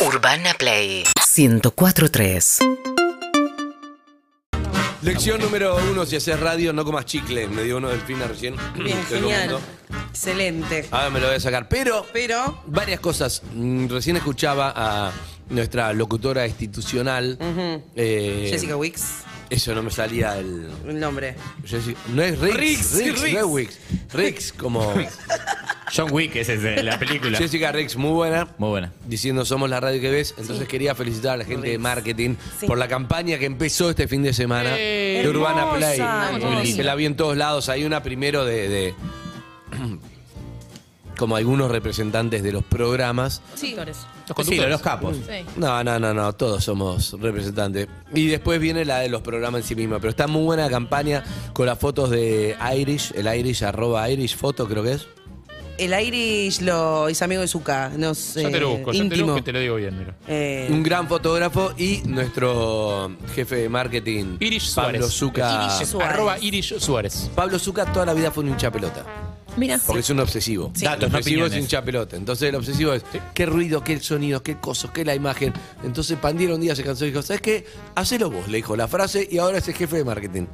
Urbana Play 1043. Lección número uno, si haces radio, no comas chicle. Me dio uno del Fina recién. Bien, este que lo genial. mandó. Excelente. Ahora me lo voy a sacar. Pero, Pero, varias cosas. Mm, Recién escuchaba a nuestra locutora institucional. eh, Jessica Wicks, Eso no me salía el. el nombre. Jessica- no es Rix. Rix, Rix, Rix. no es Wix. Rix, como. John Wick ese es de la película. Jessica Rix, muy buena. Muy buena. Diciendo somos la radio que ves. Entonces quería felicitar a la gente de marketing Sí. por la campaña que empezó este fin de semana de Urbana Hermosa, Play. hermosa. Que la vi en todos lados. Hay una primero de, de- como algunos representantes de los programas. Sí. Los conductores. los capos. No, no, no, no, todos somos representantes. Y después viene la de los programas en sí misma, pero está muy buena la campaña con las fotos de Irish, el Irish, arroba Irish foto creo que es. El Irish lo es amigo de Zuka. No sé. Ya te lo busco, ya te lo íntimo. busco y te lo digo bien, mira. Eh, Un gran fotógrafo y nuestro jefe de marketing, Irish Pablo Suárez. Zucca. Irish Suárez. Ah. Arroba Irish Suárez. Pablo Zucca toda la vida fue un hincha pelota. Mira. Porque es un obsesivo. Sí. el Datos, no obsesivo es opiniones. hincha pelota. Entonces el obsesivo es qué ruido, qué sonido, qué cosas, qué la imagen. Entonces Pandiera un día se cansó y dijo, ¿sabes qué? Hacelo vos, le dijo la frase y ahora es el jefe de marketing.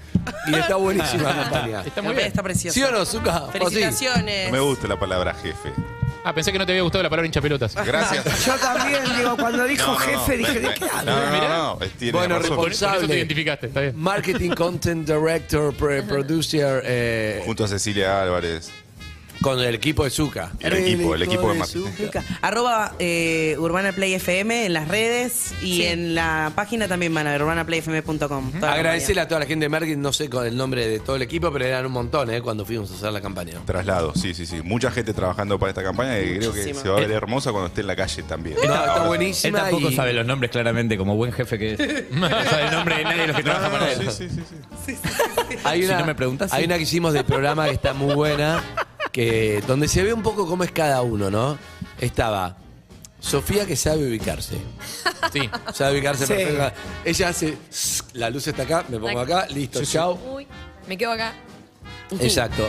Y está buenísima la campaña. Está la muy peli bien. está preciosa. ¿Sí o no, Zucca? Fue así. Felicitaciones. No me gusta la palabra jefe. Ah, pensé que no te había gustado la palabra hincha pelotas. Gracias. Yo también, digo, cuando dijo No, no, jefe, me- dije, me- ¿de qué habla? No, Mirá. no, no. es- tiene Bueno, razón. Por eso Responsable. te identificaste, está bien. Marketing, Content Director, pre- Producer, eh, Junto a Cecilia Álvarez. con el equipo de Zucca. Y el equipo, el equipo de marketing. Zucca. Arroba eh, Urbana Play FM en las redes y en la página también van a ver urbanaplayfm.com. Toda la Agradecerle a toda la gente de marketing, no sé con el nombre de todo el equipo, pero eran un montón eh, cuando fuimos a hacer la campaña. Traslado, sí, sí, sí. Mucha gente trabajando para esta campaña y creo que Muchísima. se va a Eh, ver hermosa cuando esté en la calle también. No, Ahora- está Él buenísima. tampoco y- sabe los nombres claramente, como buen jefe que es. No sabe el nombre de nadie de los que No, no, trabajan no, para sí, él. sí, sí, sí. Hay Si una, no me preguntás, hay sí. una que hicimos del programa que está muy buena, que donde se ve un poco cómo es cada uno, ¿no? Estaba Sofía que sabe ubicarse. Sí. Sabe ubicarse Sí. perfecta. Ella hace, "Sss, la luz está acá, me pongo acá, listo, chao. Uy, me quedo acá. Exacto.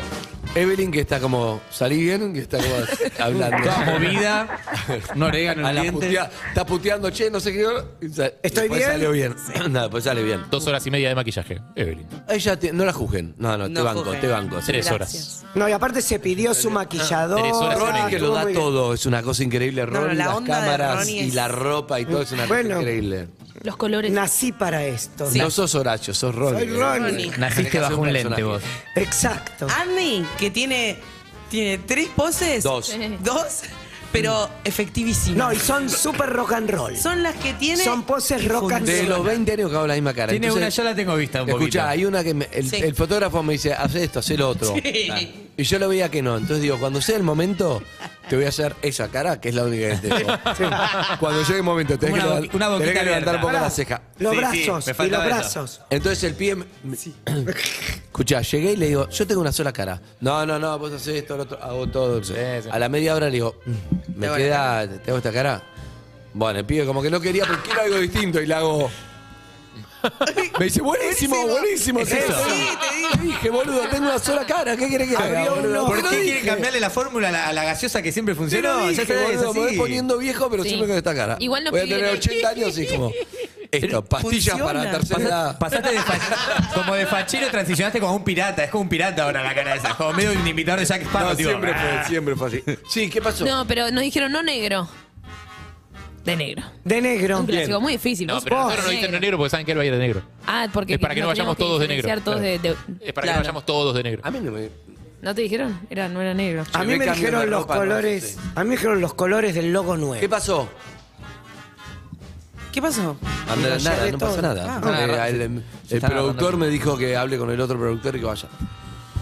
Evelyn que está como, salí bien, que está como hablando. Toda movida, un orégano en A el la diente. putea- está puteando, che, no sé qué. y sa- después ¿Estoy bien? salió bien. No, después sale bien. Dos horas y media de maquillaje, Evelyn. Ella, te- no la juzguen. No, no, te No banco, juzguen. te banco. sí. Tres Gracias. horas. No, y aparte se pidió su Tres horas, maquillador. Ronnie que lo da todo, es una cosa increíble. No, Ronnie, la las onda de cámaras Ronnie y es- la ropa y todo es una Bueno. cosa increíble. Los colores. Nací para esto. No sos Horacio, sos Ronnie. Soy Ronnie. Ronnie. Naciste bajo un lente vos. Exacto. Ah. Andy, que tiene, tiene tres poses. Dos. Dos, pero Mm. efectivísimas. No, y son súper rock and roll. son las que tiene. Son poses y rock and funciona. De los 20 años que hago la misma cara. Tiene una, Entonces, ya la tengo vista un poquito. Escuchá, hay una que me- el, Sí. el fotógrafo me dice, haz esto, haz lo otro. Sí. Y yo lo veía que no. Entonces digo, cuando sea el momento, te voy a hacer esa cara, que es la única que tengo. Cuando llegue el momento, tenés Una que, boqui- levantar- una boquita tenés que levantar un poco abierta. la ceja. Los Sí, sí, brazos, me y los faltaba eso. brazos. Entonces el pibe. me- Escuchá, llegué y le digo, yo tengo una sola cara. No, no, no, vos haces esto, lo otro, hago todo. A la media hora le digo, mm, me Te hago queda, te hago esta cara. Bueno, el pibe como que no quería, pero quiero algo distinto y le hago. Me dice, buenísimo, buenísimo. ¿Es sí, eso? sí, te dije. Dije, boludo, tengo una sola cara, ¿qué querés que haga? Abrió un boludo? ojo. Pero ¿Por qué dije, quieren cambiarle la fórmula a la, a la gaseosa que siempre te lo funcionó? dije, ya sabés, boludo, es me voy así. poniendo viejo, pero Sí. siempre con esta cara. Igual nos Voy a piden tener hoy. 80 años y como. Esto, pastillas Funciona. para la tercera edad. Pasaste de fachero, como de fachero transicionaste como un pirata, es como un pirata ahora la cara esa, como medio un imitador de Jack Sparrow, No, tipo, siempre fue, ah. siempre fue así. Sí, ¿qué pasó? No, pero nos dijeron no negro. De negro. De negro. Un clásico muy difícil. No, Vos pero vos. nosotros no dicen de negro porque saben que él va a ir de negro. Ah, porque Es para que no nos teníamos vayamos que todos de negro. diferenciar todos de- de- Es para que Claro. no vayamos todos de negro. A mí no me. ¿No te dijeron? Era, no era negro. A Si mí me me cambian la dijeron los ropa, no, colores. sí. A mí me dijeron los colores del logo ¿Qué nuevo. pasó? ¿Qué pasó? Andá, Lo nada, llevé no pasa todo. nada. Ah, Porque agarra- eh, el em, se- el se están productor agarrando. me dijo que hable con el otro productor y que vaya.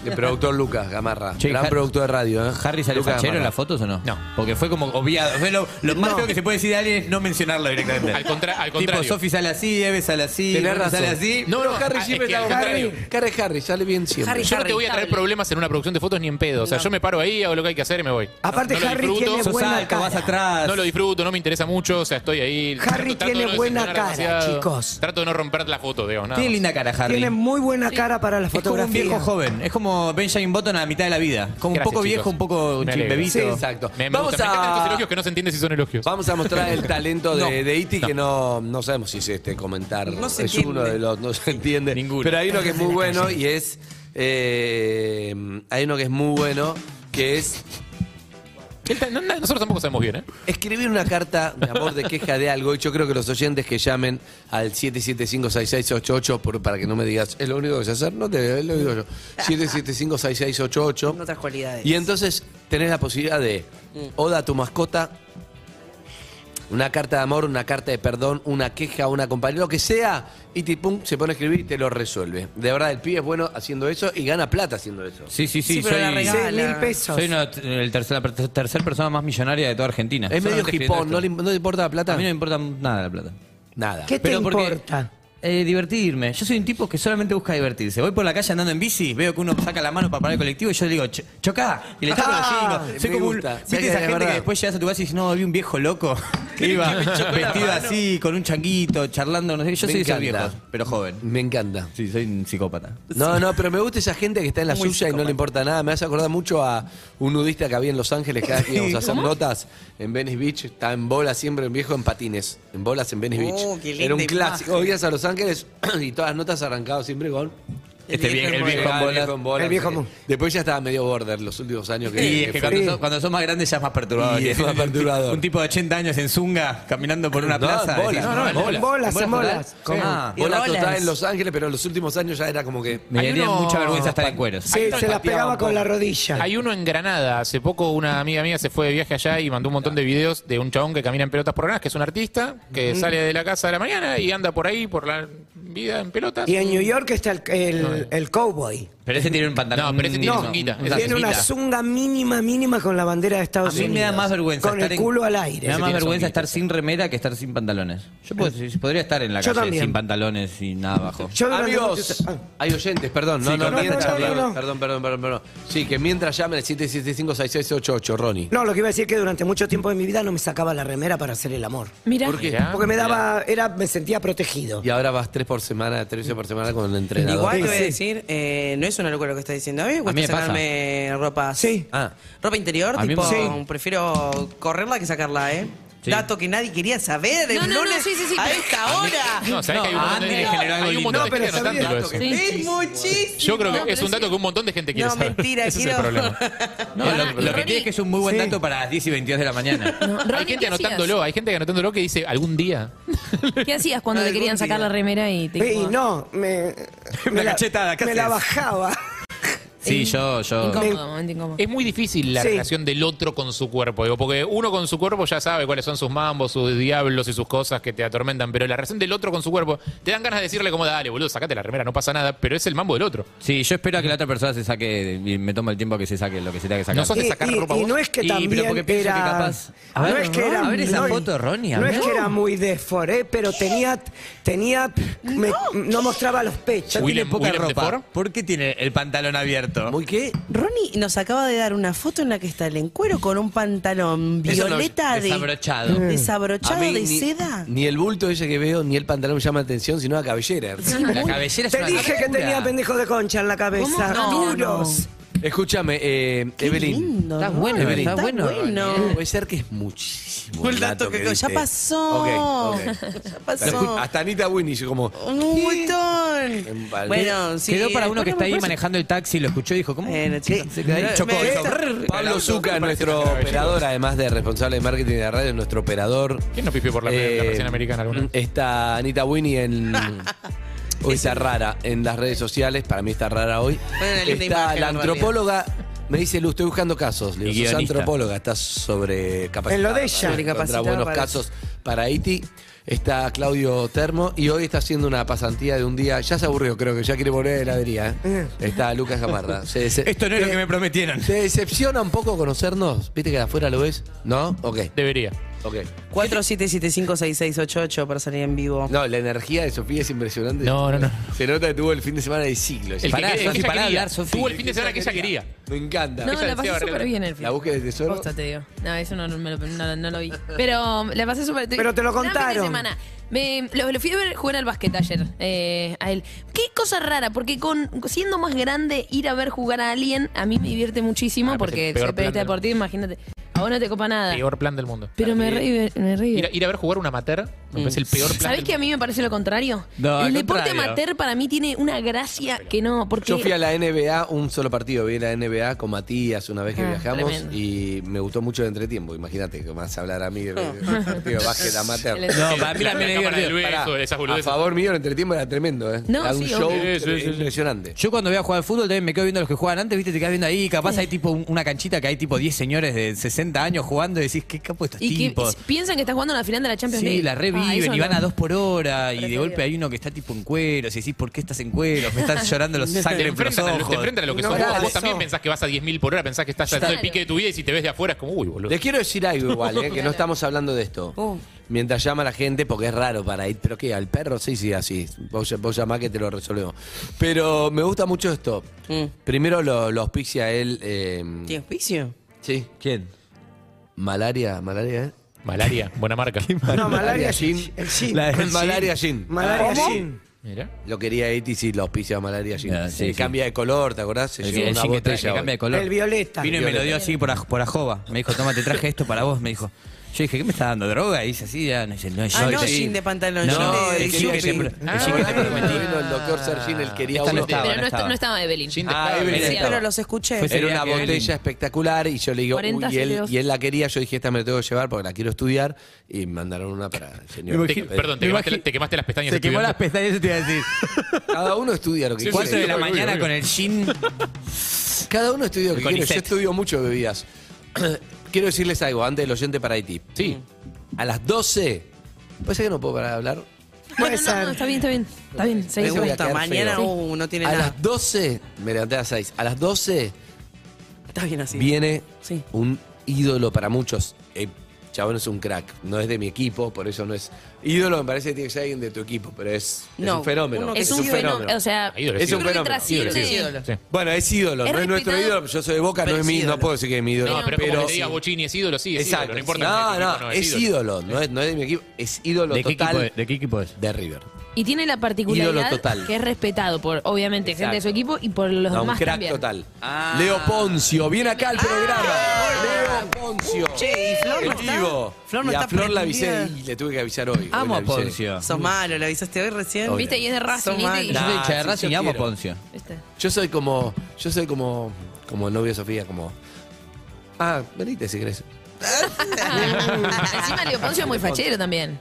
El productor Lucas Gamarra, Che, gran Har- productor de radio. ¿eh? ¿Harry salió Lucas fachero en Gamarra. las fotos o no? No. Porque fue como obviado. Fue lo, lo más feo que se puede decir de alguien es no mencionarlo directamente. Al contra- al Tipo, contrario. Sofi sale así, Eve sale así, Tenés Bruno razón. sale así. No, no, No, Harry es siempre que al está Harry, contrario. Harry, Harry, sale bien siempre. Harry, Yo no te voy a traer problemas en una producción de fotos ni en pedo. O sea, yo me paro ahí, hago lo que hay que hacer y me voy. No- Aparte, no lo Harry disfruto. tiene Sos buena alto, vas cara. atrás. No lo disfruto, no me interesa mucho, o sea, estoy ahí. Harry de tiene no buena decepcionar cara, chicos. Trato de no romper la foto, digamos, nada. Tiene más. linda cara, Harry. Tiene muy buena cara para la es como un fotografía. viejo joven. Es como como Benjamin Button a la mitad de la vida. Como Gracias, un poco chicos. viejo, un poco Me un alegro. bebito. Sí, exacto. Me, me Vamos gusta. Me encantan estos a... elogios que no se entiende si son elogios. Vamos a mostrar el talento de, de Iti, que no, no sabemos si es este comentar. No se es entiende. uno de los, no se entiende. Ninguno. Pero hay uno que es muy bueno y es. eh, hay uno que es muy bueno, que es Él ta- no- no- nosotros tampoco sabemos bien, ¿eh? escribir una carta de amor, de queja de algo. Y yo creo que los oyentes que llamen al 775-6688, por- para que no me digas, es lo único que sé hacer, no te lo digo yo. 775-6688. Tengo otras cualidades. Y entonces tenés la posibilidad de Mm. oda a tu mascota, una carta de amor, una carta de perdón, una queja, una compañía, lo que sea, y ti, pum, se pone a escribir y te lo resuelve. De verdad, el pibe es bueno haciendo eso y gana plata haciendo eso. Sí, sí, sí. Sí, pero la soy- regala. 6 mil pesos. Soy una- el tercer, la ter- tercer persona más millonaria de toda Argentina. Es medio Solamente escribiendo hipón, esto. ¿no le, no le importa la plata? A mí no me importa nada la plata. Nada. ¿Qué te Pero porque- importa? Eh, divertirme. Yo soy un tipo que solamente busca divertirse. Voy por la calle andando en bici, veo que uno saca la mano para parar el colectivo y yo le digo, "Cho- chocá, y le choco Ah, los chicos. Soy me como un- gusta. ¿Viste Sí, esa es gente verdad. que después llegas a tu casa y dices, no, vi un viejo loco que iba vestido así, con un changuito, charlando, no sé qué. Yo Me soy de esos encanta. viejos, pero joven. Me encanta. Sí, soy un psicópata. No, no, pero me gusta esa gente que está en la suya y no le importa nada. Me hace acordar mucho a un nudista que había en Los Ángeles cada vez que íbamos a hacer notas en Venice Beach. Está en bola siempre, un viejo en patines. En bolas en Venice Beach. Oh, qué linda Era un imagen. clásico. Ibas a Los Ángeles y todas las notas arrancado siempre con. Este viejo viejo, el en viejo Ah, en el viejo bola. en bolas, El sí. viejo en bolas. Después ya estaba medio border los últimos años que. Y es que fue- cuando, sos, cuando sos más grande ya es más perturbador. Y es más Un ti- perturbador. Un tipo de 80 años en zunga caminando por una No, en plaza. bolas. decís, No, no, en En bolas, en total? bolas. ¿Cómo? Ah, Bola bolas. total en Los Ángeles, pero en los últimos años ya era como que. me Hay daría uno- mucha vergüenza estar en cueros. Sí, se las pegaba con la rodilla. Hay uno en Granada. Hace poco una amiga mía se fue de viaje allá y mandó un montón de videos de un chabón que camina en pelotas por Granada, que es un artista, que sale de la casa de la mañana y anda por ahí, por la vida en pelotas. Y en New York está el, el- el cowboy. Pero ese tiene un pantalón. No, pero ese tiene un- zunguita, un- ese Tiene una zunguita. zunga mínima, mínima con la bandera de A Estados mí Unidos. me da más vergüenza Con estar el en- culo al Me da aire. más tiene vergüenza zunguita, estar sin remera que estar sin pantalones. Yo puedo- si- podría estar en la Yo calle también. sin pantalones y nada abajo. Yo durante Amigos, mucho- ah, hay oyentes, perdón, no, Sí, no, cortá, mientras no, no, llamen, no, no. Perdón, perdón, perdón, perdón. Sí, que mientras llamen el 775-6688, Ronnie. No, lo que iba a decir que durante mucho tiempo de mi vida no me sacaba la remera para hacer el amor. Mirá. ¿Por qué? Ah, Mirá. Porque me daba, era, me sentía protegido. Y ahora vas tres por semana, tres veces por semana con el entrenador. Igual te voy a Sí. decir, eh, no es una locura lo que estás diciendo. A mí me mí gusta me pasa. sacarme ropa. Sí. Ah. Ropa interior, A mí me- tipo, Sí. prefiero correrla que sacarla, ¿eh. Sí. Dato que nadie quería saber el No, no, no, lunes sí, sí, sí, a pero- esta hora. No, sabés que hay un No, montón de, Andy le generó algo hay un lindo. montón de No, pero gente anotándolo sabía- eso. Sí. Es muchísimo. Yo creo que No, es pero un dato sí. que un montón de gente quiere No, saber. mentira, Ese es quiero- el problema. No, Pará, lo, lo que Ah, Ronnie. tiene es que es un muy buen dato para las 10 y 22 de la mañana. Ronnie, hay gente ¿qué hacías? anotándolo, hay gente que anotándolo que dice algún día. ¿Qué hacías cuando Ah, te Algún querían sacar día. la remera y te Ve, Eh, y no, me. ¿eh? Una me la- cachetada, ¿qué Me la haces? bajaba. Sí, yo, yo. Incómodo, momento incómodo. Es muy difícil la Sí. relación del otro con su cuerpo, digo, porque uno con su cuerpo ya sabe cuáles son sus mambos, sus diablos y sus cosas que te atormentan, pero la relación del otro con su cuerpo, te dan ganas de decirle como, dale, boludo, sacate la remera, no pasa nada, pero es el mambo del otro. Sí, yo espero a que la otra persona se saque y me tomo el tiempo que se saque lo que se tenga que sacar. No sos- ¿Dónde Y, sacar y- ropa y vos? no es que Y, pero también porque pienso era. que capaz- A no ver, es que Ron, era. a ver esa no- foto, Ronnie, a No ver. es que era muy de foré, pero tenía. tenía me- no. mostraba los pechos. Tiene Willem- poca Willem ropa. Dafoe. ¿Por qué tiene el pantalón abierto? ¿Muy qué? Ronnie nos acaba de dar una foto en la que está el en cuero con un pantalón Eso no- violeta de desabrochado. desabrochado A mí de ni, seda. Ni el bulto ese que veo, ni el pantalón me llama la atención, sino la cabellera. La cabellera es Te una dije que locura. tenía pendejos de concha en la cabeza. ¿Cómo? No, duros. Escúchame, eh, Qué Evelyn. lindo, Está ¿no? bueno, Evelyn. está bueno. Puede ser que es muchísimo. El dato que- diste. ya pasó. Ok, Ya ok. pasó. Hasta Anita Winnie, yo como. Un montón. Vale. Bueno, sí. Quedó para uno que está ahí después no me manejando el taxi, lo escuchó y dijo, ¿cómo? Bueno, chicos, se quedó ahí, me- chocó. me- hizo me- brrr. Pablo Zuca, nuestro operador, además de responsable de marketing de la radio, nuestro operador. ¿Quién no pifió por la, Eh, mm. la relación americana alguna vez? Está Anita Winnie en. Hoy está rara en las redes sociales, para mí está rara hoy. Fue una linda Está imagen, la en antropóloga, me dice Lu, estoy buscando casos. Le Y digo, sos guionista. antropóloga, estás sobre capacidad. En lo de ella. Sobrecapacitada buenos para casos para Haití. Está Claudio Termo y hoy está haciendo una pasantía de un día. Ya se aburrió, creo que ya quiere volver a la heladería. ¿eh? Está Lucas Gamarra. Se dece- Esto no es lo que me prometieron. ¿Te decepciona un poco conocernos? ¿Viste que de afuera lo ves? ¿No? Ok. Debería. Ok. 47756688 para salir en vivo. No, la energía de Sofía es impresionante. No, no, no. Se nota que tuvo el fin de semana de siglo. El Pará, que, el Sofi, que ella pará de quería. hablar, Sofi. Tuvo el fin de semana que ella quería. Me encanta. No, Esa la decía pasé súper Barrera. bien el film. La búsqueda del tesoro. Posta, te digo. No, eso no, me lo, no, no lo vi. Pero la pasé súper Pero te lo Gran fin de contaron. semana. Me, lo, lo fui a ver jugar al básquet ayer eh, a él. Qué cosa rara, porque con siendo más grande ir a ver jugar a alguien a mí me divierte muchísimo Ah, pues el porque soy peor plan periodista del- deportivo, imagínate. A vos no te copa nada. Peor plan del mundo. Ah. Pero me ríe, me ríe. Ir a, ir a ver jugar un amateur me parece el peor plan. ¿Sabés del que a mí me parece lo contrario? No, al el deporte contrario. amateur para mí tiene una gracia que no, porque Yo fui a la NBA un solo partido, vi la NBA con Matías una vez que Ah, viajamos tremendo. y me gustó mucho el entretiempo. Imagínate que vas a hablar a mí de, de- de partido de básquet amateur. Oh. El- No, para mí La- también la es cámara del divertido. beso, Pará, esas a boludeces. favor mío el entretiempo era tremendo, ¿eh? No, era un sí, show obvio. Sí, sí, sí, sí. impresionante. Yo cuando voy a jugar al fútbol también me quedo viendo los que juegan antes, viste, te quedas viendo ahí, capaz hay tipo un- una canchita que hay tipo 10 señores de 60 años jugando y decís, qué capo estos y que tipos. y piensan que estás jugando la final de la Champions Sí, League. la Ah, eso reviven y no. van a dos por hora y de Preferido. golpe hay uno que está tipo en cueros y decís, ¿por qué estás en cueros? Me estás llorando los Te sangre por los enfrentan, a lo, te ojos. enfrentan a lo que No, sos vos. claro, Vos también eso. pensás que vas a 10.000 por hora, pensás que estás haciendo el Claro. pique de tu vida y si te ves de afuera es como, uy, boludo. Les quiero decir algo igual, ¿eh? que no estamos hablando de esto. Oh. Mientras llama la gente, porque es raro para ir, pero ¿qué? Al perro, sí, sí, así. Vos, ll- vos llamá que te lo resolvemos. Pero me gusta mucho esto. Mm. Primero lo, lo auspicia él. eh, ¿Tiene auspicio? sí. ¿Quién? Malaria, malaria, ¿eh? Malaria, buena marca. No, malaria Gin. sin. El gin. La- El Malaria Gin. Malaria sin. Mira. Lo quería Eti si lo auspicia Malaria Gin. Ah, sí, Eh, sí. Cambia de color, ¿te acordás? Se El, llevó el una jean que trae, botella que hoy. cambia de color. El violeta. Vino y me lo dio así por, aj- por ajoba. Me dijo, toma, te traje esto para vos. Me dijo, yo dije, ¿qué me está dando droga? Y dice así, ya, no, dice, no, es Ah, no, gin. gin de pantalón, No, gin de- el de gin que te, shopping. pro- Ah, el gin que te prometí. vino el doctor Sergin, él quería Esta no uno. estaba, Pero no, no está- no estaba Evelyn. Sin Ah, descarga. Evelyn. Decía, Pero los escuché. Fue- Era Pues Sería una que botella Evelyn- espectacular y yo le digo, 40 uy, y él, fideos. y él la quería, yo dije, esta me la tengo que llevar porque la quiero estudiar y me mandaron una para el señor. Te- perdón, te Me quemaste, imagi- te quemaste las pestañas. Se quemó estudiando. las pestañas, eso te iba a decir. Cada uno estudia lo que Sí, quiere. sí, sí. 4 de la obvio, mañana obvio. con el gin. Cada uno estudia lo que Con quiere. Yo Iset. estudio mucho bebidas. quiero decirles algo antes del oyente para Haití. Sí. A las 12, ¿puede ser que no puedo parar de hablar? Bueno, no, no, está bien, está bien. Está bien, Me seguimos. voy a Puta, quedar mañana feo. uh, no tiene A nada. las 12, me levanté a las 6. A las 12 Está bien así. viene Sí. un ídolo para muchos. El chabón es un crack. No es de mi equipo, por eso no es. Ídolo me parece que tiene que ser alguien de tu equipo, pero es, es No, un fenómeno. uno que Es un fenómeno. O sea, Ah, ídolo, Es yo un creo que fenómeno. trasciende- Ídolo, sí. Sí. Bueno, es ídolo, Es no es nuestro respetado. ídolo. Yo soy de Boca, no Pero es es mi, no ídolo. puedo decir que es mi ídolo. No, pero, como pero te diga Bochini, es ídolo, sí, es Exacto. ídolo. No importa. no, si es no, equipo, no, es ídolo, no es, no es de mi equipo, es ídolo total ¿De qué equipo es? de River. y tiene la particularidad Ídolo total. que es respetado por, obviamente, gente de su equipo y por los No, un demás crack también. total. Leo Poncio, viene acá al programa. Leo Poncio. Che, ¿y Flor no en vivo. está? Flor no y a está Flor la avisé prendida. y le tuve que avisar hoy. Hoy la Amo a avisé. Poncio. Sos malo, lo avisaste hoy recién. Viste, y es de Racing, Sos ¿viste? malo. Y- Yo Nah, soy hincha de sí, Racing yo y amo a quiero. Poncio. Viste. Yo soy como. Yo soy como. Como el novio de Sofía, como. Ah, venite si querés. Ah, Encima Leo Poncio es muy fachero también.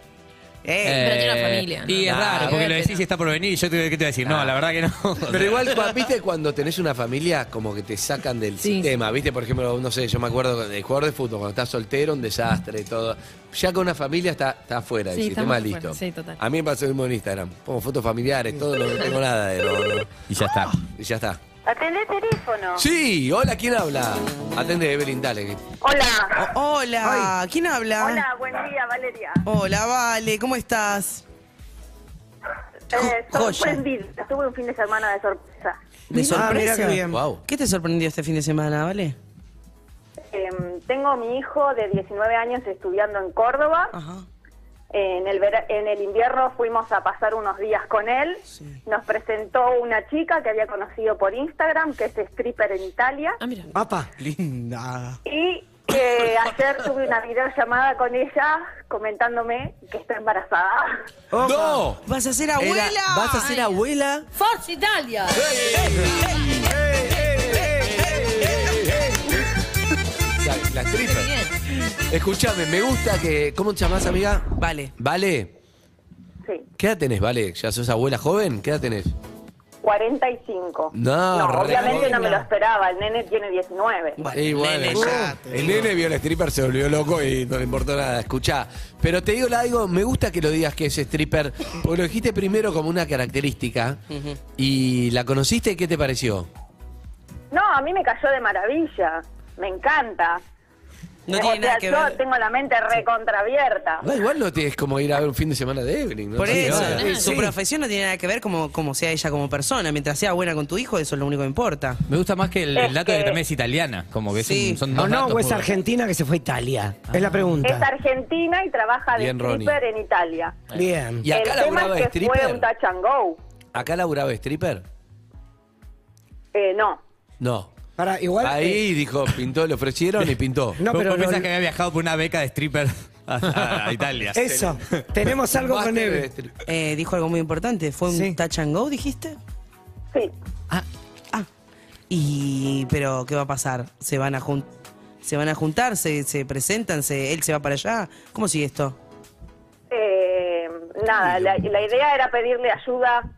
Eh, pero tiene una familia, ¿no? Y es Nah, raro, porque obviamente lo decís no. y está por venir. y Yo te, ¿qué te voy a decir? No, la verdad que no. Pero igual, cua- viste, cuando tenés una familia, como que te sacan del Sí. sistema, viste, por ejemplo, no sé, yo me acuerdo del jugador de fútbol, cuando estás soltero, un desastre, y todo. Ya con una familia está, está fuera del Sí, sistema, estamos listo. afuera, sí, total. A mí me pasó el mismo en Instagram, pongo fotos familiares, todo, no tengo nada de no, no. y ya está. Y ya está. Atendé teléfono. Sí, hola, ¿quién habla? Atende, Evelyn, dale. Hola. oh, hola, ¿quién Ah. habla? Hola, buen día, Valeria. Hola, Vale, ¿cómo estás? Eh, joya. sorprendida. Tuve un fin de semana de sorpresa. ¿De Ah, mira sorpresa? qué bien. Wow. ¿Qué te sorprendió este fin de semana, Vale? Em, tengo a mi hijo de 19 años estudiando en Córdoba. Ah. Ajá. En el, vera- en el invierno fuimos a pasar unos días con él. Nos presentó una chica que había conocido por Instagram, que es stripper en Italia. Ah, mira. Apa. Linda. Y eh, ayer tuve una videollamada con ella comentándome que está embarazada. ¡No! ¿Vas a ser abuela? Era- ¿Vas a ser abuela? Forza Italia. La, la tripa. Bien. Escuchame, me gusta que. ¿Cómo te llamás, amiga? Vale. Vale. Sí, ¿Qué edad tenés, Vale? ¿Ya sos abuela joven? ¿Qué edad tenés? 45. No, re- obviamente no me lo esperaba. El nene tiene 19. Y bueno, nene, uh, ya te el digo. nene vio el stripper, se volvió loco y no le importó nada. Escuchá, pero te digo algo, me gusta que lo digas que es stripper, porque lo dijiste primero como una característica y la conociste y qué te pareció. No, a mí me cayó de maravilla. Me encanta. No o tiene sea, nada que yo ver. tengo la mente recontraabierta. No, igual no tienes como ir a ver un fin de semana de Evelyn. ¿no? Por Sí, eso, ahora. su profesión no tiene nada que ver como, como sea ella como persona. Mientras sea buena con tu hijo, eso es lo único que importa. Me gusta más que el, el dato de que que- también es italiana, como que es Sí. un- son No, dos no, datos, o es por- Argentina que se fue a Italia. Es la pregunta. Es argentina y trabaja de Bien, Ronnie. stripper en Italia. Bien. ¿Y acá el tema laburaba es que fue stripper? un touch and go. ¿Acá laburaba stripper? Eh, no. No. Para, igual. eh, Ahí dijo, pintó, le ofrecieron y pintó. no, ¿Vos pero. pensás no- que había viajado por una beca de stripper a, a- a Italia. eso. Tenemos algo con Máster de él. stripper. Eh, dijo algo muy importante. ¿Fue un Sí. touch and go, dijiste? Sí. Ah. Y. Pero, ¿qué va a pasar? ¿Se van a, jun- se van a juntar? ¿Se, se presentan? Se, ¿Él se va para allá? ¿Cómo sigue esto? Eh, nada, la, la idea era pedirle ayuda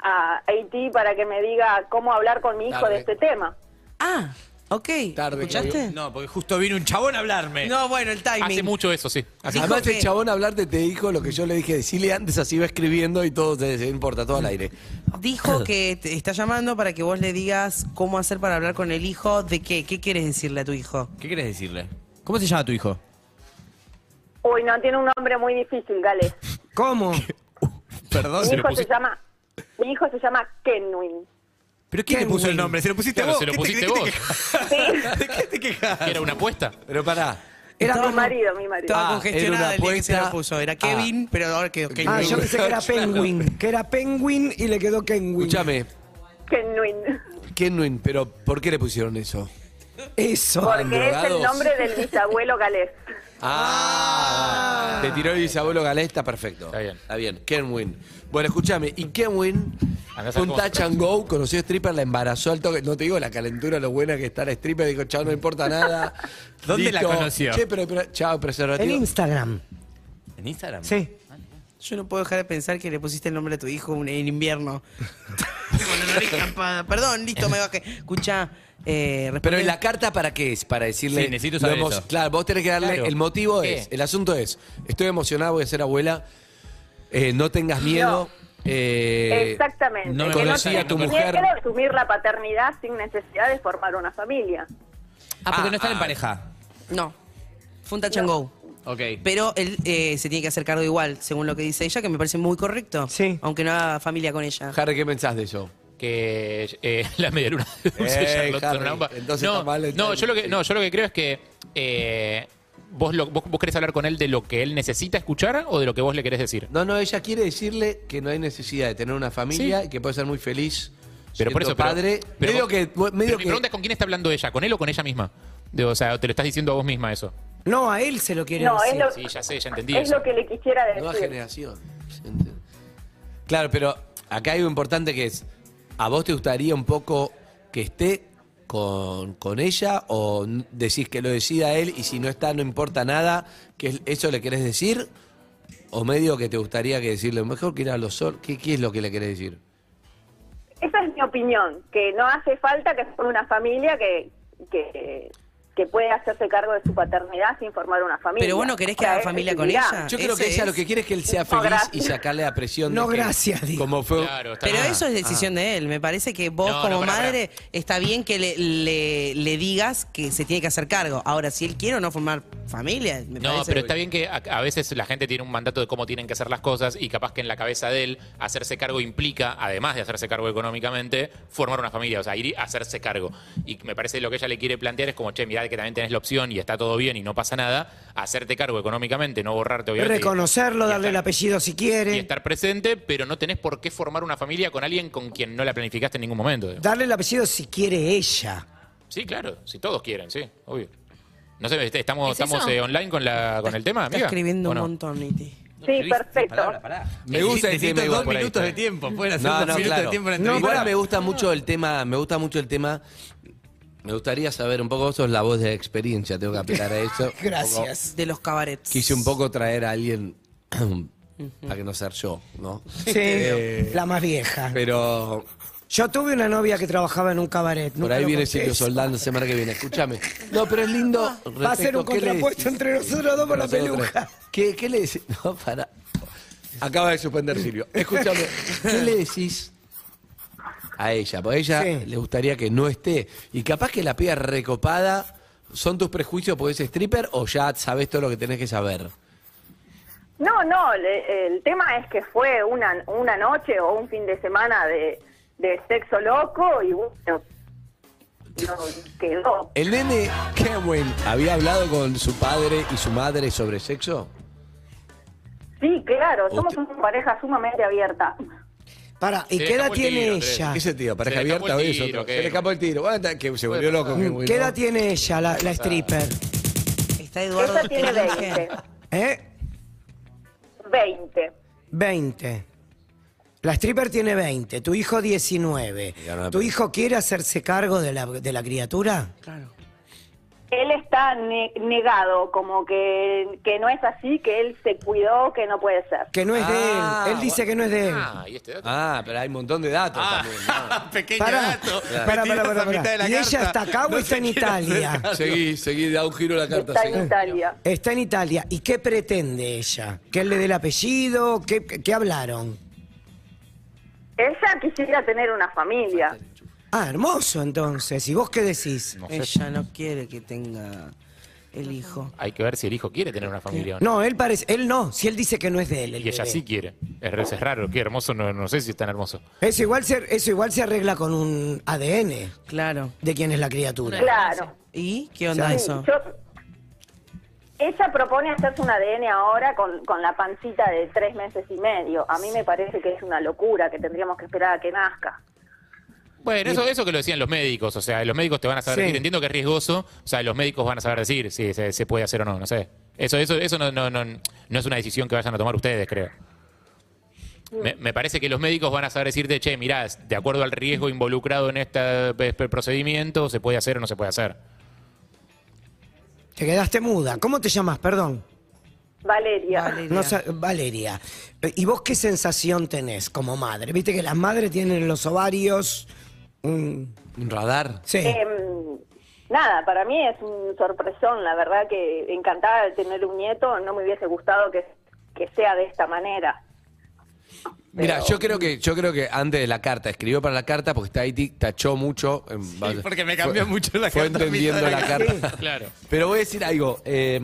a Haití para que me diga cómo hablar con mi hijo Tarde. de este tema. Ah, ok. Tarde, ¿Escuchaste? No, porque justo vino un chabón a hablarme. No, bueno, el timing. eh. Hace mucho eso, sí. Hace- Dijo Además, que- el chabón hablarte te dijo lo que yo le dije. Decirle antes, así va escribiendo y todo te, se importa, todo al aire. Dijo que te está llamando para que vos le digas cómo hacer para hablar con el hijo. ¿De qué? ¿Qué quieres decirle a tu hijo? ¿Qué querés decirle? ¿Cómo se llama tu hijo? Uy, no, tiene un nombre muy difícil, Gale. ¿Cómo? Perdón. Mi se lo hijo se pusiste- llama... Mi hijo se llama Kenwin. ¿Pero quién le puso el nombre? ¿Se lo pusiste Claro, vos? se lo ¿Qué te- pusiste qué te vos. quejas? Sí, ¿De qué te quejas? ¿Era una apuesta? Pero pará. Era mi como- marido, mi marido. Estaba Ah, era congestionada una el día que se lo apuesta. puso. Ah. Era Kevin, pero ahora quedó Kevin. Ah, yo pensé que era Penguin. Que era Penguin y le quedó Kenwin. Escúchame, Kenwin. Kenwin, pero ¿por qué le pusieron eso? Eso. Por- Porque es drogados. el nombre del bisabuelo galés. Ah, te tiró el bisabuelo Galés, está perfecto. Está bien. Está bien, Kenwin. Bueno, escúchame, y Kenwin, Andá a un saber cómo se touch and go, conoció a stripper, la embarazó al toque. No te digo la calentura, lo buena que está la stripper, dijo, chao, no importa nada. ¿Dónde la conoció? Che, pero, pero- chao, En preservativo. Instagram. ¿En Instagram? Sí. Yo no puedo dejar de pensar que le pusiste el nombre a tu hijo un- en invierno. Con la nariz campada. Perdón, listo, me bajé. Escucha, eh, responde- Pero ¿y la carta para qué es? Para decirle. Sí, necesito lo saber hemos- eso. Claro, vos tenés que darle. Claro. El motivo ¿Qué? es. El asunto es. Estoy emocionada, voy a ser abuela. eh, no tengas miedo. eh, Exactamente. no me Que conocí no a tu tenés mujer. miedo de asumir la paternidad sin necesidad de formar una familia. Ah, porque Ah, no están en ah. pareja. No, fue un touch and go. Ok. Pero él eh, se tiene que hacer cargo igual, según lo que dice ella, que me parece muy correcto. Sí. Aunque no haga familia con ella. Harry, ¿qué pensás de eso? que eh, la medialuna de dulce Ey, Charlotte Harry, Tonalamba. entonces no, está mal el no, timing, yo lo que, sí. no, yo lo que creo es que eh, vos, lo, vos, vos querés hablar con él de lo que él necesita escuchar o de lo que vos le querés decir. No, no, ella quiere decirle que no hay necesidad de tener una familia Sí. y que puede ser muy feliz. Pero por siendo eso, pero- padre. pero, medio vos- que. pero medio mi que- pregunta es con quién está hablando ella, con él o con ella misma. De- o sea, te lo estás diciendo a vos misma eso. No, a él se lo quiere No, decir. es lo, Sí, ya sé, ya entendí es eso. lo que le quisiera Nueva decir. generación. Claro, pero acá hay algo importante que es, ¿a vos te gustaría un poco que esté con, con ella o n- decís que lo decida él y si no está no importa nada? que es- ¿Eso le querés decir? ¿O medio que te gustaría que decirle, mejor que ir a los sol? ¿Qué, qué es lo que le querés decir? Esa es mi opinión, que no hace falta que forme una familia que, que, que puede hacerse cargo de su paternidad sin formar una familia. Pero vos no querés que O sea, haga es familia con decidirá. Ah, ella. Yo creo que Ese ella es. lo que quiere es que él sea No, feliz y gracias. sacarle la presión No, de que- gracias, digo. como fue Claro, está Pero bien. eso es decisión de él. Me parece que vos, Ah, No, no, como pará, pará. madre, está bien que le, le- le digas que se tiene que hacer cargo. Ahora, si él quiere o no formar familia, me No, parece- pero está bien que a, a veces la gente tiene un mandato de cómo tienen que hacer las cosas y capaz que en la cabeza de él hacerse cargo implica, además de hacerse cargo económicamente, formar una familia, o sea, ir y hacerse cargo. Y me parece que lo que ella le quiere plantear es como, che, mirá que también tenés la opción y está todo bien y no pasa nada, hacerte cargo económicamente, no borrarte, obviamente. y- Reconocerlo, y darle el estar- apellido si Y quiere. estar presente, pero no tenés por qué formar una familia con alguien con quien no la planificaste en ningún momento. digo. Darle el apellido si quiere ella. Sí, claro, si todos quieren, sí, obvio. No sé, est- estamos, ¿Es estamos eso? eh, online con, la, con el tema, Está amiga. escribiendo ¿o un no? montón, Niti. Sí, perfecto. Me gusta el Necesito tema dos igual por ahí, minutos está de bien. tiempo. Pueden hacer No, dos no, minutos claro. de tiempo en No, entrevista. igual me gusta mucho el tema, me gusta mucho el tema. Me gustaría saber un poco, vos sos la voz de la experiencia, tengo que apelar a eso. Un poco- De los cabarets. quise un poco traer a alguien para que no ser yo, ¿no? Sí, la más vieja. Pero Yo tuve una novia que trabajaba en un cabaret. por nunca ahí lo viene conté Silvio eso. Soldán la semana que viene, escúchame. No, pero es lindo. Va a ser respecto un qué le contrapuesto decís. entre nosotros dos por la Nosotros peluca. tres. ¿Qué, qué le decís? No, para. Acaba de suspender Silvio. Escúchame, ¿qué le decís a ella? Porque a ella Sí. le gustaría que no esté. Y capaz que la piba recopada ¿Son tus prejuicios porque es stripper o ya sabes todo lo que tenés que saber? No, no, le- el tema es que fue una, una noche o un fin de semana de, de sexo loco y bueno, no, quedó. ¿El nene Kevin había hablado con su padre y su madre sobre sexo? Sí, claro, somos una pareja sumamente abierta. Para, ¿y Se le qué edad escapó el tiene tiro, Andrés. ella? ¿Qué sentido? ¿Pareja Se le escapó abierta o el eso? tiro, Se ¿qué? le escapó el tiro. Bueno, que se volvió loco. Mm, Kevin, ¿Qué ¿no? edad tiene ella, la, la stripper? Está Eduardo. Ella tiene Fernández. 20. ¿Eh? 20. 20. La stripper tiene 20, tu hijo 19. Ya no me ¿Tu parece. hijo quiere hacerse cargo de la, de la criatura? Él está ne- negado, como que, que no es así, que él se cuidó, que no puede ser. Que no es Ah, de él. Él dice que no es de él. Ah, y este dato. Ah, pero hay un montón de datos Ah. también. ¿no? Pequeño Pará, Claro. pará, Me tiras pará, a pará, mitad de la pará. ¿Y ella carta. está acá o No está sé en qué hacer. Italia? Ah, Seguí, seguí, da un giro a la carta. Está seguí. en Italia. Está en Italia. ¿Y qué pretende ella? ¿Que él le dé el apellido? ¿Qué, qué hablaron? Ella quisiera tener una familia. Ah, hermoso entonces. ¿Y vos qué decís? Ella no quiere que tenga el hijo. Hay que ver si el hijo quiere tener una familia o no. No, él parece, él no, si él dice que no es de él. el Y ella bebé. sí quiere. Es, re- es raro, qué hermoso, no, no sé si es tan hermoso. Eso igual, se, eso igual se arregla con un ADN Claro. de quién es la criatura. Claro. ¿Y qué onda Sí, eso? Yo- ella propone hacerse un ADN ahora con, con la pancita de tres meses y medio. A mí me parece que es una locura, que tendríamos que esperar a que nazca. Bueno, eso, eso que lo decían los médicos. O sea, los médicos te van a saber Sí. decir. Entiendo que es riesgoso. O sea, los médicos van a saber decir si se, se puede hacer o no. No sé. Eso, eso, eso no, no, no, no es una decisión que vayan a tomar ustedes, creo. Me, me parece que los médicos van a saber decirte, che, mirá, de acuerdo al riesgo involucrado en este eh, procedimiento, se puede hacer o no se puede hacer. Te quedaste muda. ¿Cómo te llamas? Perdón. Valeria. Valeria. No sa- Valeria. Eh, ¿Y vos qué sensación tenés como madre? Viste que las madres tienen en los ovarios. un- Un radar. sí. Em, nada, para mí es un sorpresón. La verdad que encantada de tener un nieto. No me hubiese gustado que, que sea de esta manera. Mira, yo creo que yo creo que antes de la carta escribió para la carta porque Tahiti tachó mucho. en- porque me cambió fue- mucho la fue carta a entendiendo mitad de la la carta. Claro. Pero voy a decir algo. eh,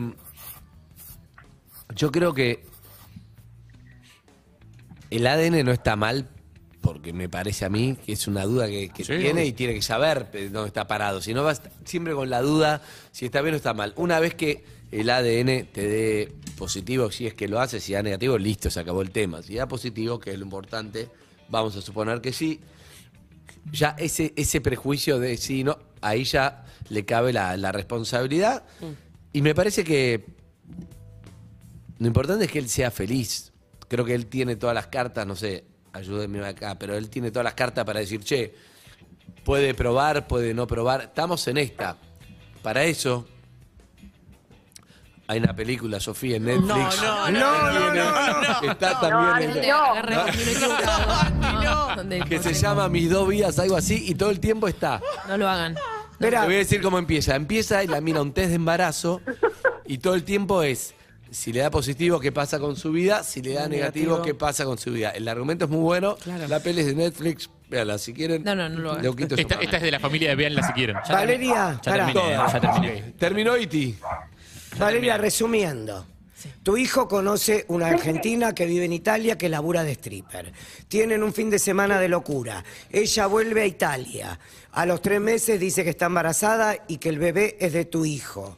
yo creo que el ADN no está mal porque me parece a mí que es una duda que, que tiene y tiene que saber eh, dónde está parado. Si no vas siempre con la duda si está bien o está mal. Una vez que el ADN te dé positivo, si es que lo hace, si da negativo, listo, se acabó el tema. Si da positivo, que es lo importante, vamos a suponer que sí ya ese, ese prejuicio de sí, no, ahí ya le cabe la, la responsabilidad. Y me parece que lo importante es que él sea feliz. Creo que él tiene todas las cartas, no sé, ayúdenme acá, pero él tiene todas las cartas para decir, che, puede probar, puede no probar. Estamos en esta. Para eso. Hay una película, Sofía, en Netflix. no, no, no, Está también en- no, Te agarré con mil equivocados. No, donde- que se donde- llama Mis dos vidas, algo así, y todo el tiempo está. No lo hagan. Espera. Te voy a decir cómo empieza. Empieza y la mira un test de embarazo y todo el tiempo es si le da positivo, ¿qué pasa con su vida? Si le da negativo, Negativo. ¿qué pasa con su vida? El argumento es muy bueno. La peli es de Netflix. Véala, si quieren. No, no, no lo hagas. le quito su Esta, mano. esta es de la familia de Veanla si quieren. Valeria, Ya pará. terminé, ya terminé. Terminó E Iti. Valeria, resumiendo. Tu hijo conoce una argentina que vive en Italia que labura de stripper. Tienen un fin de semana de locura. Ella vuelve a Italia. A los tres meses dice que está embarazada y que el bebé es de tu hijo.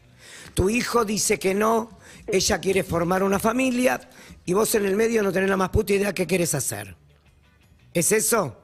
Tu hijo dice que no. Ella quiere formar una familia y vos en el medio no tenés la más puta idea qué quieres hacer. ¿Es eso?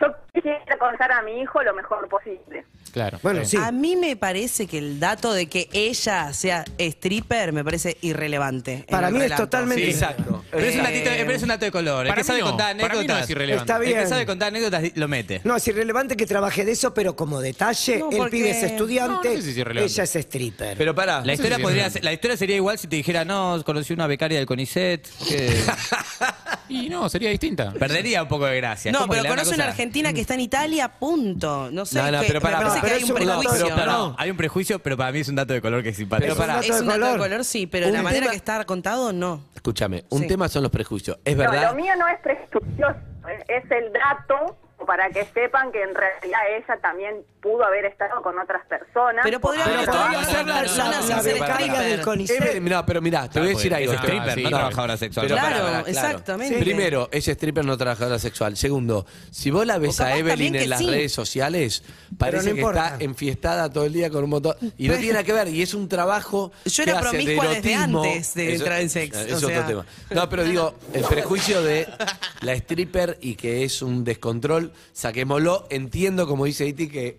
Yo quisiera contar a mi hijo lo mejor posible. Claro. Bueno, sí. A mí me parece que el dato de que ella sea stripper me parece irrelevante. en Para el mí es relato. totalmente- Sí, Exacto. Pero es, un datito- eh, pero es un dato de color. El Para que mí sabe no, contar para mí no anécdotas. es irrelevante. Está bien. El que sabe contar anécdotas di- lo mete. No, es irrelevante que trabaje de eso, pero como detalle, No, el porque- pibe es estudiante, No, no sé si es irrelevante. ella es stripper. Pero pará. La historia, sí, podría sí. ser- la historia sería igual si te dijera, no, conocí una becaria del CONICET. que- Y no, sería distinta. Perdería un poco de gracia. No, Como pero que le da conoce una cosa- argentina que está en Italia, punto. No sé, No, no, que- pero pará, me parece pero que hay un eso- no, pero prejuicio. No, pará. no, hay un prejuicio, pero para mí es un dato de color que es simpático. Pero pará. dato Es de un dato de color. color, sí, pero Un la manera tema- que está contado, no. Escúchame, un Sí. tema son los prejuicios. Es No, verdad. lo mío no es prejuicioso, es el dato para que sepan que en realidad ella también pudo haber estado con otras personas. Pero podría Pero haber podría estado con ser otras la- personas la- sin ser la becaria stripper. del CONICET. Es ver- mirá, pero mirá, te voy a Ah, decir pues, algo. es stripper, Te- no trabajadora sexual. Pero Claro, pará, pará, exactamente. Primero, es stripper, no trabajadora sexual. Segundo, si vos la ves O a capaz Evelyn también que en las sí. redes sociales, parece no que importa. está enfiestada todo el día con un montón. Y no tiene nada que ver, y es un trabajo. Yo que era hace de promiscua desde erotismo. antes de entrar en sexo, Es o otro sea. tema. No, pero digo, el prejuicio de la stripper y que es un descontrol, saquémoslo. Entiendo, como dice Iti, que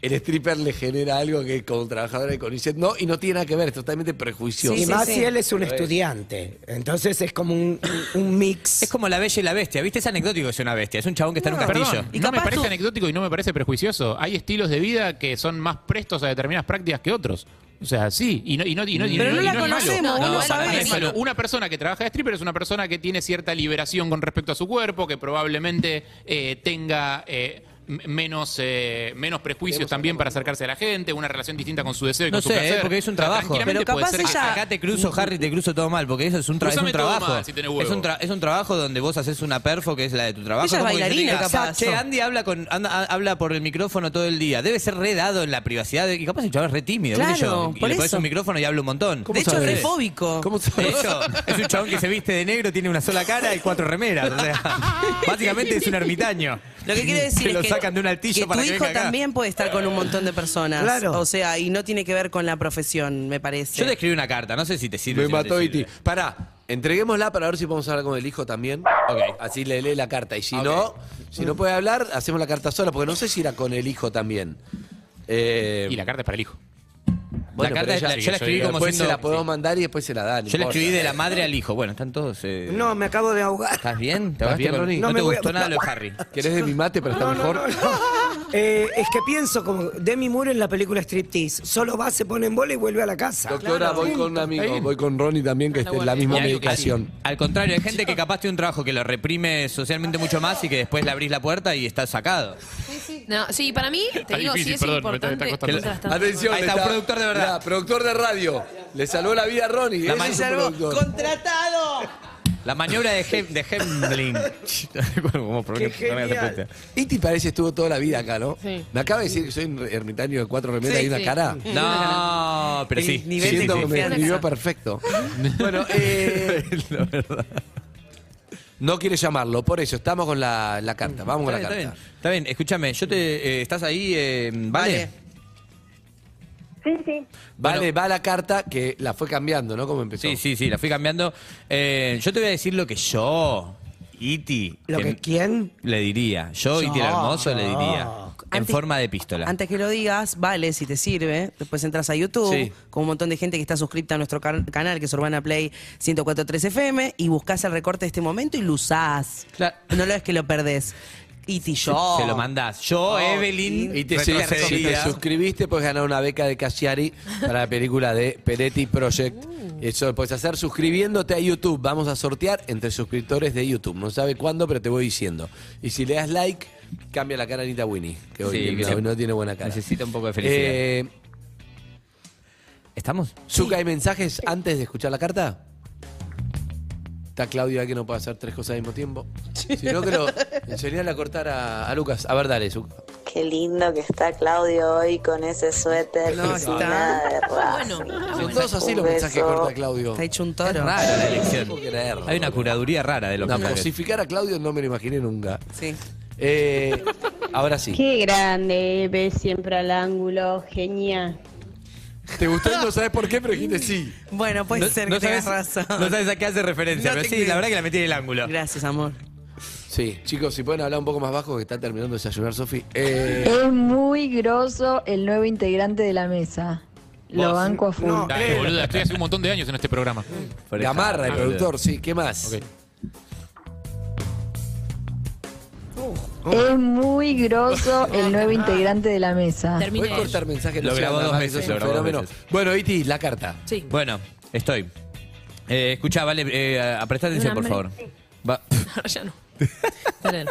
el stripper le genera algo que con trabajadora de Conicet no, y no tiene nada que ver, es totalmente prejuicioso. y Sí, más sí. si él es un estudiante. Entonces es como un, un mix. Es como la bella y la bestia, ¿viste? Es anecdótico que es una bestia, es un chabón que está en un castillo. Perdón, Y no me capaz parece tú- anecdótico y no me parece prejuicioso. Hay estilos de vida que son más prestos a determinadas prácticas que otros. O sea, sí, y no, y no, y no, y Pero no y la es malo. conocemos, vos no para sabés. mí es malo. Una persona que trabaja de stripper es una persona que tiene cierta liberación con respecto a su cuerpo, que probablemente eh, tenga eh, m- menos, eh, menos prejuicios también para acercarse a la gente, una relación distinta con su deseo y No con su sé, placer. eh, porque es un O sea, trabajo. tranquilamente Pero puede capaz ser que- ella- Acá te cruzo, Harry, te cruzo todo mal, porque eso es un, tra- es Cruzame un todo trabajo. mal, si tenés huevo. es, un tra- es un trabajo donde vos haces una perfo que es la de tu trabajo. Ella es como que yo te bailarina, diga, capaz. Che, Andy habla, con, anda- a- habla por el micrófono todo el día. Debe ser redado en la privacidad. de- y capaz el chaval es re tímido. qué sé Claro, yo. Y por le pones eso. un micrófono y habla un montón. De hecho, es refóbico. ¿Cómo se- De hecho, es un chabón que se viste de negro, tiene una sola cara y cuatro remeras. O sea, básicamente es un ermitaño. Lo que quiere decir Que es lo que, sacan de un altillo que para tu que hijo venga acá. también puede estar con un montón de personas. Claro. O sea, y no tiene que ver con la profesión, me parece. Yo te escribí una carta, no sé si te sirve. Me si no te mató sirve. Iti. Pará, entreguémosla para ver si podemos hablar con el hijo también. Ok. Así le lee la carta. Y si no, si no puede hablar, hacemos la carta sola, porque no sé si era con el hijo también. Eh, Y la carta es para el hijo. bueno, la pero carta ella- la- yo la escribí como después se siendo- la podemos mandar y después se la dan. Yo le importa. escribí de la madre al hijo. Bueno, están todos. eh, No, me acabo de ahogar. ¿Estás bien? ¿Te ¿Estás ahogaste bien, con- Ronnie? No, No te me voy a- gustó nada lo de Harry. ¿Querés de mi mate, pero está mejor? Eh, es que pienso como Demi Moore en la película Striptease. Solo va, se pone en bola y vuelve a la casa. Doctora, voy con un amigo, voy con Ronnie también, que esté en la Y misma algo que- medicación. Al contrario, hay gente que capaz tiene un trabajo que lo reprime socialmente mucho más y que después le abrís la puerta y estás sacado. No, sí, para mí, te Está digo, sí difícil, es perdón, me está- me está importante. costando. Está bastante Atención, Ahí le está, un productor de verdad. Mirá, productor de radio. Le salvó la vida a Ronnie. La Ese man- es Es un algo productor. contratado. La maniobra de, Hem- de Hemling. Como por Qué qué no me genial. respuesta. Iti parece estuvo toda la vida acá, ¿no? Sí. Me acaba de decir que soy un ermitaño de cuatro remeras Sí, y una sí. cara. No, pero sí. El nivel sí, Siento sí, que sí. me confianza. vivió perfecto. bueno, eh, La verdad. no quiere llamarlo, por eso estamos con la, la carta. Vamos con la Está carta. bien, está bien. escúchame, yo te eh, estás ahí, eh, vale. Vale. Sí, sí. Vale, Bueno. va la carta que la fue cambiando, ¿no? Como empezó. Sí, sí, sí, la fui cambiando. Eh, yo te voy a decir lo que yo, E Iti, ¿Lo que quién? le diría. Yo, Iti el hermoso, le diría. En Antes- forma de pistola. Antes que lo digas, vale, si te sirve. Después entras a YouTube, Sí. con un montón de gente que está suscripta a nuestro can- canal, que es Urbana Play 1043 FM, y buscas el recorte de este momento y lo usás. Claro. No lo es que lo perdés. Y si yo. Se lo mandás. Yo, Oh, Evelyn, Y te, si te- si te retrocedería. suscribiste, puedes ganar una beca de Cassiari para la película de Peretti Project. Eso lo puedes hacer suscribiéndote a YouTube. Vamos a sortear entre suscriptores de YouTube. No sabe cuándo, pero te voy diciendo. Y si le das like, cambia la cara a Anita Winnie, que hoy Sí, tiene- que no, se- no tiene buena cara. necesita un poco de felicidad. Eh, ¿Estamos? Zuka, ¿hay mensajes antes de escuchar la carta? Está Claudio ahí que no puede hacer tres cosas al mismo tiempo. Si no, creo. Enseñale a cortar a, a Lucas. A ver, dale, Zuka. Qué lindo que está Claudio hoy con ese suéter No, que sin está. nada de Racing. Bueno, ah, Son bueno. todos así Un los mensajes que beso. corta Claudio. Está hecho un toro. Es rara la elección. No puedo Hay una curaduría rara de los No, mensajes. cosificar a Claudio no me lo imaginé nunca. Sí. Eh, ahora sí. Qué grande, ve siempre al ángulo, genial. ¿Te gustó y no sabes por qué, pero dijiste sí? Bueno, puede ser que tengas razón. no sabes a qué hace referencia, No te pero sí, creo. la verdad que la metí en el ángulo. Gracias, amor. Sí. Chicos, si pueden hablar un poco más bajo que está terminando de desayunar Sofi. Eh, Es muy groso el nuevo integrante de la mesa. Lo banco a full. No, Dale, boluda, estoy hace un montón de años en este programa. Gamarra, Ah, el productor, sí. ¿Qué más? Ok. Es muy groso el nuevo integrante de la mesa. Termina Voy a ella. cortar mensajes. Lo sé, grabó nada dos más, eso veces, es lo un grabó dos fenómeno. veces. Bueno, Iti, la carta. Sí. Bueno, estoy. Eh, escuchá, vale, eh, presta atención, por hambre. favor. Va, ya no. Está bien.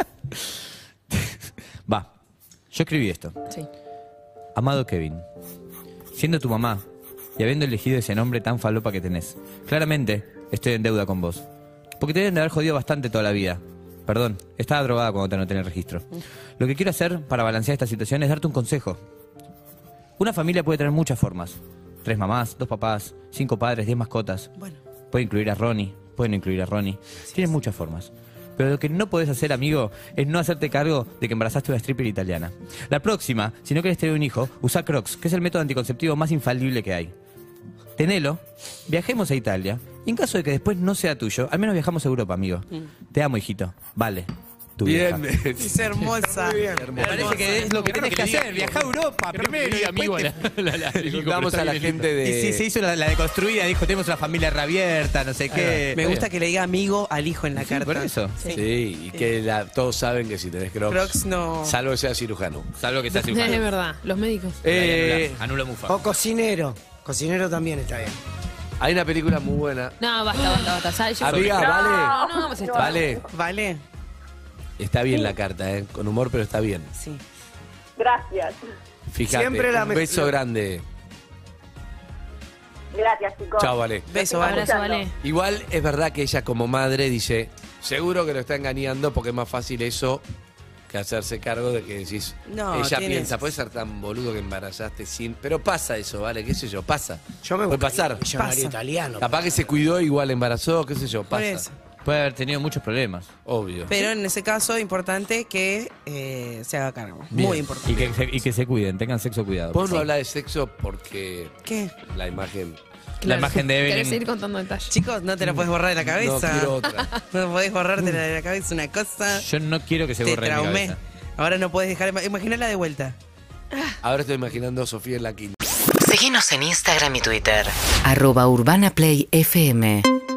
va. Yo escribí esto. Sí. Amado Kevin, siendo tu mamá y habiendo elegido ese nombre tan falopa que tenés, claramente estoy en deuda con vos. Porque te deben de haber jodido bastante toda la vida. perdón. Estaba drogada cuando te anoté en el registro. Lo que quiero hacer para balancear esta situación es darte un consejo. Una familia puede tener muchas formas. Tres mamás, dos papás, cinco padres, diez mascotas. Bueno. Puede incluir a Ronnie, pueden incluir a Ronnie. Tienes muchas formas. Pero lo que no podés hacer, amigo, es no hacerte cargo de que embarazaste una stripper italiana. La próxima, si no querés tener un hijo, usa Crocs, que es el método anticonceptivo más infalible que hay. Tenelo, viajemos a Italia. Y en caso de que después no sea tuyo, al menos viajamos a Europa, amigo. Te amo, hijito. Vale. Tu Bien. vieja. Es hermosa. Me parece que es lo que tenés que hacer, viajar a Europa primero y después amigo, te- la, la- la- el Vamos a la gente de. Y sí, se hizo la, la deconstruida, dijo, tenemos una familia reabierta, no sé qué. Me gusta que le diga amigo al hijo en la Sí, carta. por eso. Sí, y que la- todos saben que si tenés crocs. Crocs no. Salvo que sea cirujano. Salvo que sea Es cirujano. verdad, los médicos. Eh, Anula, anula mufa. O cocinero. Cocinero también está bien. hay una película muy buena. No, basta, basta, basta. Sal, yo- Amiga, no, vale. No, no hagamos esto. Vale, ¿Vale? está bien la carta, ¿eh? Con humor, pero está bien. Sí. Gracias. Fíjate. Siempre la un me- beso grande. Gracias, chicos. Chao, vale. Beso, vale. Abrazo, vale. Igual es verdad que ella como madre dice, seguro que lo está engañando porque es más fácil eso que hacerse cargo de que decís, No, ella tiene- piensa, puede ser tan boludo que embarazaste sin... Pero pasa eso, ¿vale? ¿Qué sé yo? Pasa. Yo me puede gustaría pasar. un millonario Pasa. italiano. Capaz que se cuidó, igual embarazó, qué sé yo, Por pasa. eso. Puede haber tenido muchos problemas. Obvio. Pero en ese caso, importante que eh, se haga cargo. Muy Bien. importante. Y que, se, y que se cuiden, tengan sexo cuidado. Vos no habla de sexo porque ¿Qué? la imagen... La imagen de Evelyn. Querés seguir contando detalles. Chicos, no te la puedes borrar de la cabeza. No quiero otra. No podés borrarte de la cabeza una cosa. Yo no quiero que se te borre de mi traumé. cabeza. Ahora no puedes dejar. Imaginala de vuelta. Ahora estoy imaginando a Sofía en la quinta. Seguinos en Instagram y Twitter. Arroba Urbana Play FM